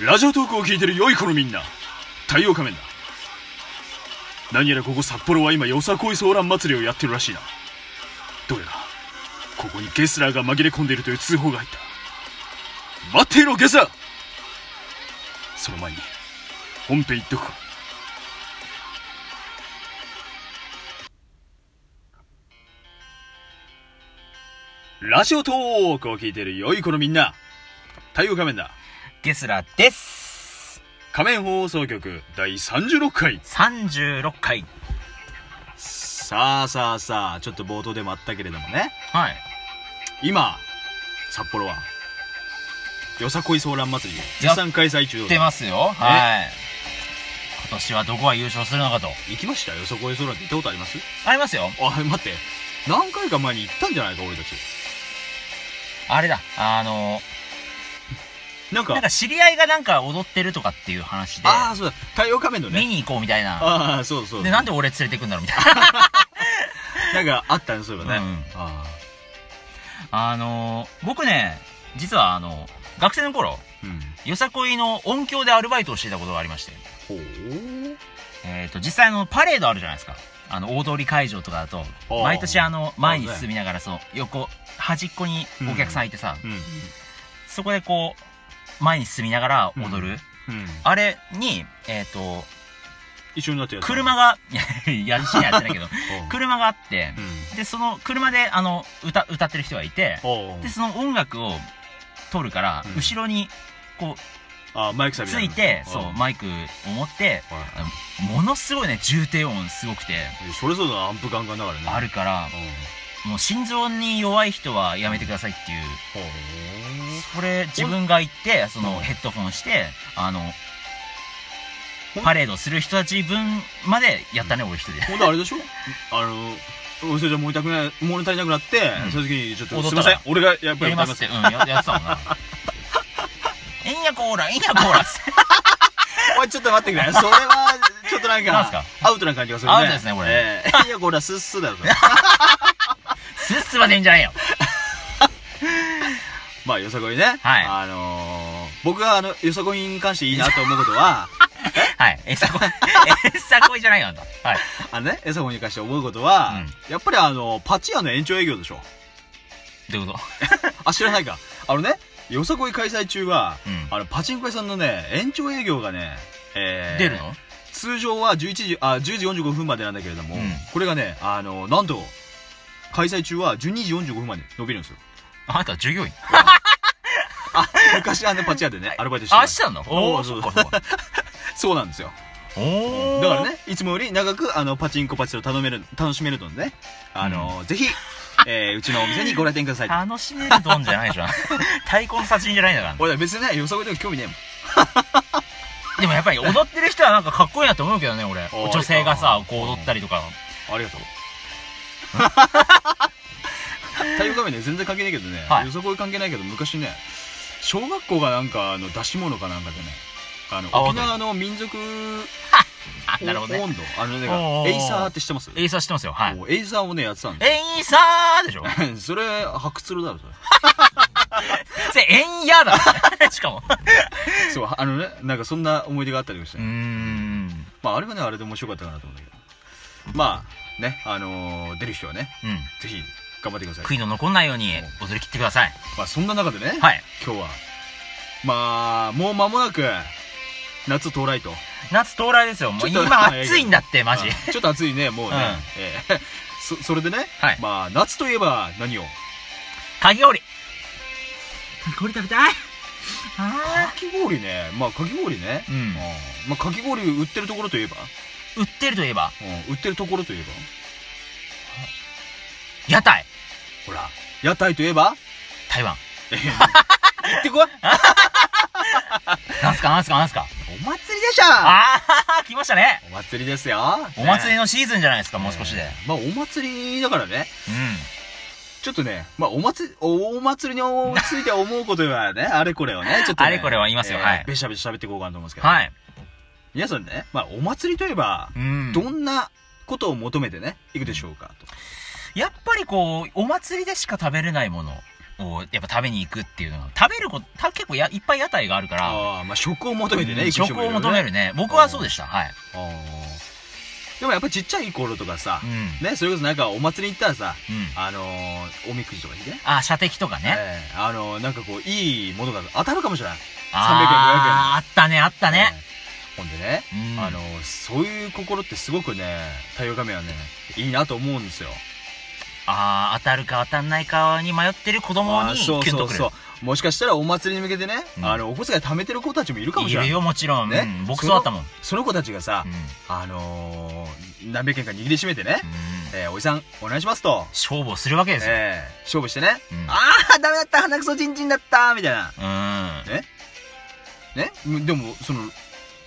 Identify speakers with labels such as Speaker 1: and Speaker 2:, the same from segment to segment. Speaker 1: ラジオトークを聞いてる良い子のみんな太陽仮面だ何やらここ札幌は今よさこいソーラン祭りをやってるらしいなどうやらここにゲスラーが紛れ込んでいるという通報が入った待っていろゲスラーその前に本編行っとくかラジオトークを聞いてる良い子のみんな太陽仮面だ
Speaker 2: ゲスラです。
Speaker 1: 仮面放送局第36回
Speaker 2: 36回。
Speaker 1: さあさあさあちょっと冒頭でもあったけれどもね
Speaker 2: はい。
Speaker 1: 今札幌はよさこいソーラン祭り
Speaker 2: や
Speaker 1: 絶
Speaker 2: っ
Speaker 1: 賛開催中
Speaker 2: 出てますよ。はい。今年はどこが優勝するのかと。
Speaker 1: 行きましたよさこいソーランって行ったことあります
Speaker 2: ありますよ。
Speaker 1: あ待って何回か前に行ったんじゃないか俺たち
Speaker 2: あれだ。あの、
Speaker 1: なんか
Speaker 2: なんか知り合いがなんか踊ってるとかっていう話で、
Speaker 1: ああそうだ太陽仮面の
Speaker 2: 見
Speaker 1: ね
Speaker 2: に行こうみたいな。
Speaker 1: ああそうそうそう
Speaker 2: で、なんで俺連れてくんだろうみたい
Speaker 1: な
Speaker 2: な。
Speaker 1: んかあったねそういえばね、
Speaker 2: うん
Speaker 1: あ
Speaker 2: あの、僕ね、実はあの、学生の頃、
Speaker 1: あうん
Speaker 2: よさこいの音響でアルバイトをしていたことがありまして。
Speaker 1: ほう
Speaker 2: えっ、と、実際あの、パレードあるじゃないですか。あの、大通り会場とかだと、
Speaker 1: ああ
Speaker 2: 毎年あの、前に
Speaker 1: そうね
Speaker 2: 進みながら、そう、横、端っこにお客さんいてさ、
Speaker 1: うん
Speaker 2: そこでこう、前に進みながら踊る。
Speaker 1: うん
Speaker 2: あれに、えっ、と、
Speaker 1: 一緒になってやった
Speaker 2: 車が、 いや、一緒にはやってないけど、
Speaker 1: うん
Speaker 2: 車があって、で、その車であの、歌、歌ってる人がいて、
Speaker 1: うん
Speaker 2: で、その音楽を撮るから、
Speaker 1: うん
Speaker 2: 後ろに、こ
Speaker 1: ああマイクさ
Speaker 2: う、
Speaker 1: ん
Speaker 2: ついて、そう、マイクを持って、ものすごいね、重低音すごくて、
Speaker 1: それぞれのアンプガンガンだからね
Speaker 2: あるから、
Speaker 1: う
Speaker 2: もう心臓に弱い人はやめてくださいっていうん
Speaker 1: ほう
Speaker 2: これ自分が行ってそ
Speaker 1: うん
Speaker 2: のヘッドホンしてあの
Speaker 1: ほん
Speaker 2: パレードする人たち分までやったね俺一人で
Speaker 1: ほんであれでしょあのお世話もりたくない物足りなくなって、
Speaker 2: うん
Speaker 1: そういう時にちょっと
Speaker 2: 踊
Speaker 1: す
Speaker 2: っ
Speaker 1: いま
Speaker 2: たら
Speaker 1: せん俺がやっぱ
Speaker 2: や
Speaker 1: り
Speaker 2: り
Speaker 1: 歌
Speaker 2: ま
Speaker 1: い
Speaker 2: す
Speaker 1: ま
Speaker 2: っ
Speaker 1: す
Speaker 2: てうんややってたもんな えんやこーらえんやこーらっつって
Speaker 1: おいちょっと待ってくれそれはちょっとなんか
Speaker 2: なんすか
Speaker 1: アウトな感じがするね
Speaker 2: アウトですねこれ
Speaker 1: ええいやこれはスッスだ よね
Speaker 2: スッスまでいいんじゃないよ
Speaker 1: まあよさこいね、
Speaker 2: はい
Speaker 1: あのー、僕があのよさこいに関していいなと思うこと は
Speaker 2: はいえっさこいえっさこいじゃないよあんたはい
Speaker 1: あのねよさこいに関して思うことは、やっぱりあのパチ屋の延長営業でしょ
Speaker 2: どういうこ
Speaker 1: あ知らないかあのねよさこい開催中は
Speaker 2: とうん
Speaker 1: あの、パチンコ屋さんのね、延長営業がね、えー
Speaker 2: 出るの
Speaker 1: 通常は11時、あ、10時45分までなんだけれども、
Speaker 2: うん
Speaker 1: これがね、あの、なんと、開催中は12時45分まで伸びるんですよ。
Speaker 2: あんた従業員
Speaker 1: あ、昔あのパチ屋でね、アルバイトして
Speaker 2: あ
Speaker 1: た
Speaker 2: してたの
Speaker 1: お
Speaker 2: お
Speaker 1: ー
Speaker 2: お
Speaker 1: そ
Speaker 2: そうっ
Speaker 1: だ
Speaker 2: かそっか
Speaker 1: そうなんですよ。
Speaker 2: お
Speaker 1: だ
Speaker 2: お
Speaker 1: からね、いつもより長く、あの、パチンコパチを頼める、楽しめるのでね、あの、ぜひ、えーうちのお店にご来店ください。
Speaker 2: 楽しめるドンじゃないじ ゃん太鼓の殺人じゃないんだから
Speaker 1: 俺別にね、よさこいとか興味ねえもん。
Speaker 2: でもやっぱり踊ってる人はなんかかっこいいなと思うけどね、俺。
Speaker 1: おー
Speaker 2: 女性が
Speaker 1: あ
Speaker 2: さ
Speaker 1: ー、
Speaker 2: こう踊ったりとか。
Speaker 1: あ りがとう。太陽画面ね、全然関係ないけどね、
Speaker 2: はい
Speaker 1: よさこい関係ないけど、昔ね、小学校がなんか、あの、出し物かなんかでね、あの、
Speaker 2: あ
Speaker 1: 沖縄の民族
Speaker 2: あ、
Speaker 1: お
Speaker 2: なるほどね。
Speaker 1: 音頭、あのね
Speaker 2: お、ー
Speaker 1: エイサーって知ってます
Speaker 2: エイサー知ってますよ、はい。
Speaker 1: もうエイサーをね、やってたんで
Speaker 2: エイサーでしょ
Speaker 1: す それ、白鶴だろ、そ
Speaker 2: それ、エンヤだろしかも。
Speaker 1: れ。そう、あのね、なんかそんな思い出があったりもして
Speaker 2: うー、ん。
Speaker 1: まあ、あれはね、あれで面白かったかなと思うんだけど。まあ、ね、あのー出る人はね、
Speaker 2: うん。
Speaker 1: ぜひ、頑張ってください。
Speaker 2: 悔いの残んないように踊り切ってください。
Speaker 1: まあ、そんな中でね、
Speaker 2: はい。
Speaker 1: 今日はまあもう間もなく夏到来と
Speaker 2: 夏到来ですよ。もう
Speaker 1: ちょっと
Speaker 2: 今暑いんだって、マジ。
Speaker 1: うんちょっと暑いねもうね、
Speaker 2: うん
Speaker 1: ええそ それでね、
Speaker 2: はい
Speaker 1: まあ夏といえば何を
Speaker 2: かき氷。かき氷食べたい。あ
Speaker 1: かき氷ねまあかき氷ね、
Speaker 2: う。
Speaker 1: うんまあ、かき氷売ってるところといえば、
Speaker 2: 売ってるといえば、
Speaker 1: うん売ってるところといえば
Speaker 2: 屋台。
Speaker 1: ほら屋台といえば
Speaker 2: 台湾。
Speaker 1: ええ行ってこい
Speaker 2: なんすか、なんすか、なんすか。
Speaker 1: お祭りでしょ
Speaker 2: あー、来ましたね。
Speaker 1: お祭りですよ
Speaker 2: お祭り
Speaker 1: ね
Speaker 2: のシーズンじゃないですか、もう少しで。
Speaker 1: ええまあお祭りだからね
Speaker 2: うん。
Speaker 1: ちょっとね、まあ、お祭り、おお祭りについて思うことはね、あれこれはね、ちょっと、ね。
Speaker 2: あれこれは言いますよはい
Speaker 1: べしゃべしゃ喋っていこうかなと思うんですけど。
Speaker 2: はい。
Speaker 1: 皆さんね、まあ、お祭りといえば、
Speaker 2: うん
Speaker 1: どんなことを求めてね、いくでしょうかと。
Speaker 2: やっぱりこう、お祭りでしか食べれないもの。をやっぱ食べに行くっていうのは食べることた結構やいっぱい屋台があるから
Speaker 1: ああまあ食を求めてね、行
Speaker 2: うん
Speaker 1: く人
Speaker 2: 食
Speaker 1: もいるよね
Speaker 2: を求めるね僕はそうでしたはい、
Speaker 1: あーでもやっぱちっちゃい頃とかさ
Speaker 2: う、ん
Speaker 1: ねそれこそなんかお祭り行ったらさ
Speaker 2: うん、
Speaker 1: あのー、おみくじとかにね
Speaker 2: あ射的とかね、
Speaker 1: ええあのー、なんかこういいものが当たるかもしれない
Speaker 2: あーあったねあったね、
Speaker 1: ええほんでね、
Speaker 2: うん
Speaker 1: あのー、そういう心ってすごくね太陽仮面はねいいなと思うんですよ
Speaker 2: ああ当たるか当たんないかに迷ってる子供
Speaker 1: あー
Speaker 2: にキ
Speaker 1: そう
Speaker 2: ュン
Speaker 1: そ
Speaker 2: と
Speaker 1: う
Speaker 2: くる
Speaker 1: そうもしかしたらお祭りに向けてね、
Speaker 2: うん
Speaker 1: あのお小遣い貯めてる子たちもいるかもし
Speaker 2: い
Speaker 1: れな
Speaker 2: る
Speaker 1: い
Speaker 2: よもちろん、
Speaker 1: ね
Speaker 2: うん僕そうだったもん、
Speaker 1: その子たちがさ
Speaker 2: うん、
Speaker 1: あのー、何百円か握りしめてね、
Speaker 2: うん
Speaker 1: えーおじさんお願いしますと、
Speaker 2: 勝負をするわけですよ、
Speaker 1: えー勝負してね、
Speaker 2: うん
Speaker 1: ああダメだった鼻くそちんちんだったみたいな
Speaker 2: うん
Speaker 1: ねでもその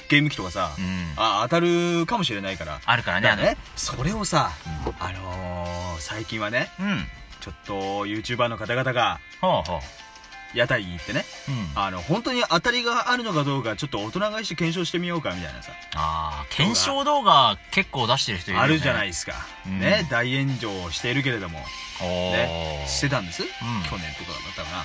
Speaker 1: ゲーム機とかさ、
Speaker 2: うん
Speaker 1: あ当たるかもしれないから
Speaker 2: あるからね
Speaker 1: だ
Speaker 2: あ
Speaker 1: か
Speaker 2: の
Speaker 1: らねそれをさ、あのー、最近はね
Speaker 2: うん
Speaker 1: ちょっと YouTuber の方々が
Speaker 2: ほうほう
Speaker 1: 屋台に行ってね
Speaker 2: うん
Speaker 1: あの本当に当たりがあるのかどうかちょっと大人買いして検証してみようかみたいなさ
Speaker 2: ああ検証動画結構出してる人いるよ、
Speaker 1: あ
Speaker 2: ね、
Speaker 1: るじゃない
Speaker 2: い
Speaker 1: ですか、
Speaker 2: うん
Speaker 1: ね大炎上をしているけれども
Speaker 2: おお、
Speaker 1: ねしてたんです、
Speaker 2: ん
Speaker 1: 去年とかだったかな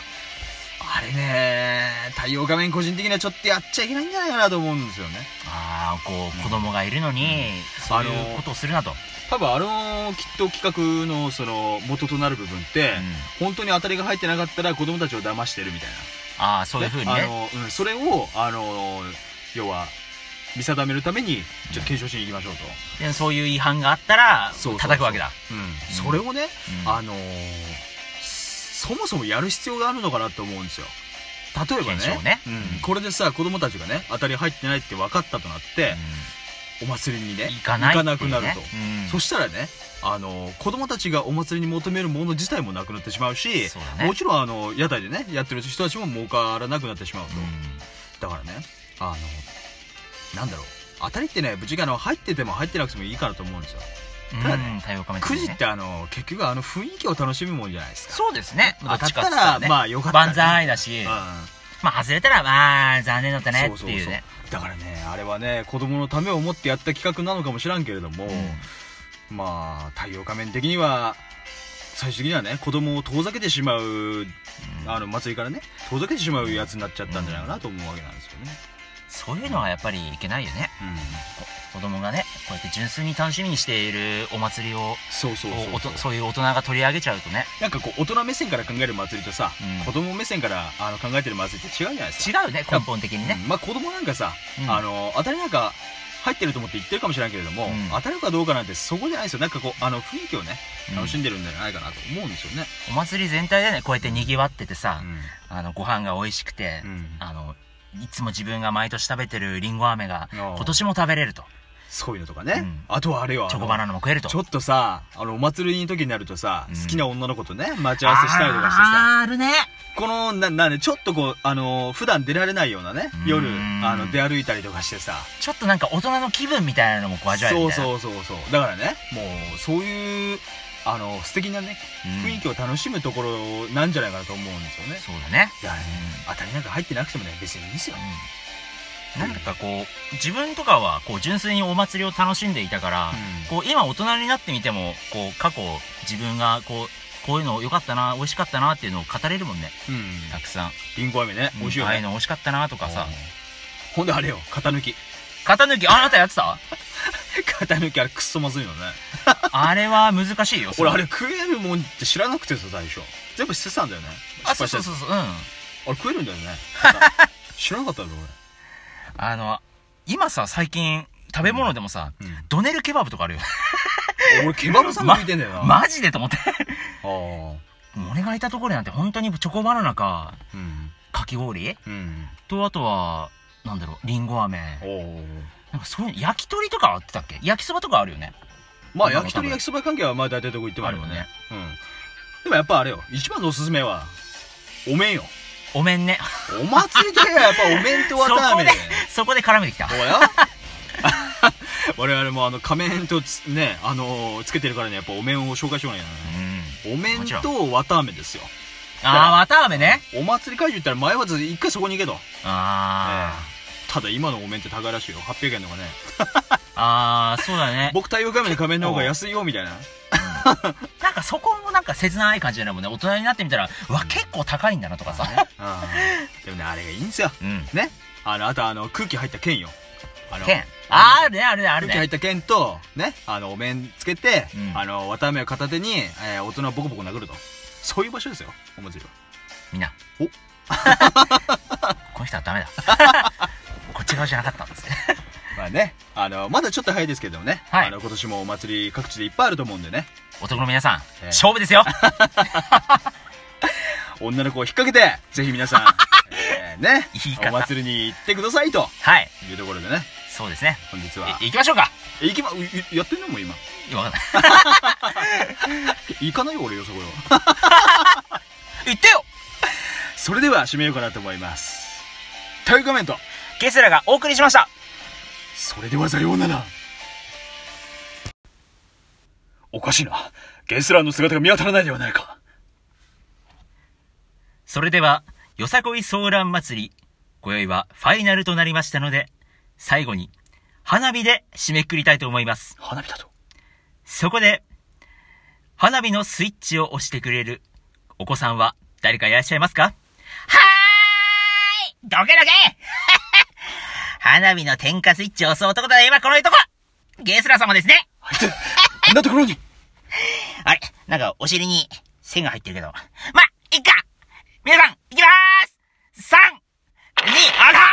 Speaker 1: あれね太陽画面個人的にはちょっとやっちゃいけないんじゃないかなと思うんですよね
Speaker 2: ああこう子供がいるのに、そういうことをするなと、
Speaker 1: 多分あのきっと企画のその元となる部分って、
Speaker 2: うん
Speaker 1: 本当に当たりが入ってなかったら子供たちを騙してるみたいな
Speaker 2: ああそういうふうにね
Speaker 1: あの、うん、それをあの要は見定めるためにちょっと検証しに行きましょうと、
Speaker 2: でそういう違反があったら
Speaker 1: そうそうそう
Speaker 2: 叩くわけだ
Speaker 1: うん、それをね、
Speaker 2: うん
Speaker 1: あのーそもそもやる必要があるのかなと思うんですよ例えば
Speaker 2: 検証
Speaker 1: ね
Speaker 2: ね
Speaker 1: うん、これでさ子供たちがね当たり入ってないって分かったとなって、お祭りにね
Speaker 2: うん行かないっていうね
Speaker 1: くなると、
Speaker 2: うん
Speaker 1: そしたらねあのー子供たちがお祭りに求めるもの自体もなくなってしまうし
Speaker 2: そうだね
Speaker 1: もちろんあの屋台でねやってる人たちも儲からなくなってしまうと、
Speaker 2: う
Speaker 1: だからねあのなんだろう当たりってねぶちがあの入ってても入ってなくてもいいかなと思うんですよ
Speaker 2: ん
Speaker 1: ただね
Speaker 2: うん太陽仮面
Speaker 1: くじ
Speaker 2: ね
Speaker 1: ってあの結局あの雰囲気を楽しむもんじゃないですか
Speaker 2: そうですね
Speaker 1: 当たっ
Speaker 2: ど
Speaker 1: た
Speaker 2: ちかっつ
Speaker 1: ら
Speaker 2: ね
Speaker 1: まあよかった
Speaker 2: 万歳だし、
Speaker 1: うん
Speaker 2: まあ外れたらまあ残念だったねっていうね
Speaker 1: だからねあれはね子供のためを思ってやった企画なのかもしらんけれども、まあ太陽仮面的には最終的にはね子供を遠ざけてしまうあの祭りからね遠ざけてしまうやつになっちゃったんじゃないかなと思うわけなんですよね、
Speaker 2: そういうのはやっぱりいけないよね
Speaker 1: うん
Speaker 2: 子供がねこうやって純粋に楽しみにしているお祭りを
Speaker 1: そうそう
Speaker 2: お
Speaker 1: そ
Speaker 2: おと
Speaker 1: うそう
Speaker 2: そういう大人が取り上げちゃうとね
Speaker 1: なんかこう大人目線から考える祭りとさ、
Speaker 2: うん
Speaker 1: 子供目線からあの考えてる祭りって違うじゃないですか
Speaker 2: 違うね根本的にね
Speaker 1: うんまあ子供なんかさ、
Speaker 2: うん
Speaker 1: あの当たりなんか入ってると思って言ってるかもしれないけれども、
Speaker 2: うん
Speaker 1: 当たるかどうかなんてそこじゃないですよなんかこうあの雰囲気をね
Speaker 2: うん
Speaker 1: 楽しんでるんじゃないかなと思うんですよね、
Speaker 2: お祭り全体でねこうやってにぎわっててさ、
Speaker 1: う
Speaker 2: あのご飯が美味しくて、
Speaker 1: ん
Speaker 2: あのいつも自分が毎年食べてるりんご飴が
Speaker 1: ああ
Speaker 2: 今年も食べれると
Speaker 1: そういうのとかね、
Speaker 2: うん
Speaker 1: あとはあれよあの
Speaker 2: チョコバナナも食えると
Speaker 1: ちょっとさあのお祭りの時になるとさ、
Speaker 2: うん
Speaker 1: 好きな女の子とね待ち合わせしたりとかしてさ
Speaker 2: あーあるね
Speaker 1: このななんでちょっとこうあの普段出られないようなね
Speaker 2: うん
Speaker 1: 夜あの出歩いたりとかしてさ
Speaker 2: ちょっとなんか大人の気分みたいなのもこう味わえる
Speaker 1: そ
Speaker 2: み
Speaker 1: う
Speaker 2: たいなう
Speaker 1: そうそうそうだからねもうそういうあの素敵なね
Speaker 2: ん
Speaker 1: 雰囲気を楽しむところなんじゃないかなと思うんですよね。
Speaker 2: そうだね
Speaker 1: いやね、当たりなんか入ってなくてもね、別にいいですよ。
Speaker 2: うんなんだかこう自分とかはこう純粋にお祭りを楽しんでいたから、
Speaker 1: う
Speaker 2: こう今大人になってみてもこう過去自分がこうこういうの良かったな美味しかったなっていうのを語れるもん
Speaker 1: ん。
Speaker 2: ね
Speaker 1: うん。
Speaker 2: たくさん
Speaker 1: リンゴ飴ね、美味しいよ
Speaker 2: ああいう
Speaker 1: ね。
Speaker 2: の美味しかったなとかさ
Speaker 1: うんほんであれよ、型抜き。
Speaker 2: 型抜きあなたやってた
Speaker 1: 型抜きあれくっそまずいのね。
Speaker 2: あれは難しいよ
Speaker 1: 俺あれ食えるもんって知らなくてさ、最初。全部捨てたんだよね。
Speaker 2: あそうそう
Speaker 1: 失
Speaker 2: そ
Speaker 1: 敗し
Speaker 2: うそううん
Speaker 1: たやつあれ食えるんだよね。 知らなかったんだ
Speaker 2: あの今さ最近食べ物でもさ、
Speaker 1: うんうん
Speaker 2: ドネルケバブとかあるよ
Speaker 1: 俺。俺ケバブさんも食いてんだよな。あ
Speaker 2: マジでと思って
Speaker 1: あ ー。
Speaker 2: 俺がいたところなんて本当にチョコバナナか
Speaker 1: うん。
Speaker 2: かき氷
Speaker 1: うん。
Speaker 2: とあとはなんだろうりんご飴
Speaker 1: おお。
Speaker 2: なんかそういう焼き鳥とかあってたっけ焼きそばとかあるよね
Speaker 1: まあ
Speaker 2: 今の
Speaker 1: 焼き鳥
Speaker 2: 多分
Speaker 1: 焼きそば関係はまあ大体どこ行ってもあるよね
Speaker 2: あるよね
Speaker 1: うんでもやっぱあれよ一番のおすすめはお麺よ
Speaker 2: お面ね
Speaker 1: お祭りといえばやっぱお麺とわたあめ
Speaker 2: そこで絡めてきた
Speaker 1: おや 我々もあの仮面とつねあのーつけてるからねやっぱお麺を紹介しようがない
Speaker 2: うん
Speaker 1: お麺とわたあめですよ
Speaker 2: ああ、わたあめね。
Speaker 1: お祭り会場行ったら迷わず一回そこに行けと
Speaker 2: あ
Speaker 1: ただ今のお麺って高いらしいよ800円とかね
Speaker 2: あ、ああ、そうだね。
Speaker 1: 僕太陽仮面の仮面の方が安いよみたいな
Speaker 2: なんかそこもなんか切ない感じじゃないもんね大人になってみたらうわ結構高いんだなとかさ、
Speaker 1: あーでもねあれがいいんですよ
Speaker 2: うん、
Speaker 1: ねあのあとあの空気入った剣よあの
Speaker 2: 剣あるねあるねある
Speaker 1: 空気入った
Speaker 2: ね
Speaker 1: 剣とねあのお面つけて、
Speaker 2: うん
Speaker 1: あの綿あめを片手に、えー大人をボコボコ殴るとそういう場所ですよお祭りは
Speaker 2: みんな
Speaker 1: お
Speaker 2: この人はダメだこっち側じゃなかったんですね
Speaker 1: まあねあのまだちょっと早いですけどもね、
Speaker 2: はい
Speaker 1: あの今年もお祭り各地でいっぱいあると思うんでね
Speaker 2: 男の皆さん、
Speaker 1: ええ
Speaker 2: 勝負ですよ
Speaker 1: 女の子を引っ掛けてぜひ皆 さん、えーね
Speaker 2: 言い方
Speaker 1: お祭りに行ってくださいと
Speaker 2: はい
Speaker 1: いうところでね
Speaker 2: そうですね
Speaker 1: 本日はい
Speaker 2: 行きましょうか
Speaker 1: え行きまういやってんのもう今
Speaker 2: いやわかんない
Speaker 1: 行かないよ俺よそこよ
Speaker 2: 行ってよ
Speaker 1: それでは締めようかなと思いますタイコメント
Speaker 2: ゲスラがお送りしました
Speaker 1: それではさようなら
Speaker 3: おかしいな。ゲスラーの姿が見当たらないではないか。
Speaker 2: それでは、よさこいソーラン祭り、今宵はファイナルとなりましたので、最後に、花火で締めくくりたいと思います。
Speaker 3: 花火だと。
Speaker 2: そこで、花火のスイッチを押してくれるお子さんは誰かいらっしゃいますかはーいどけどけ 花火の点火スイッチを押す男だね、今この男ゲスラ様ですね
Speaker 3: あいつ、こんなところに。
Speaker 2: あれなんかお尻に線が入ってるけど。ま、いっか皆さん、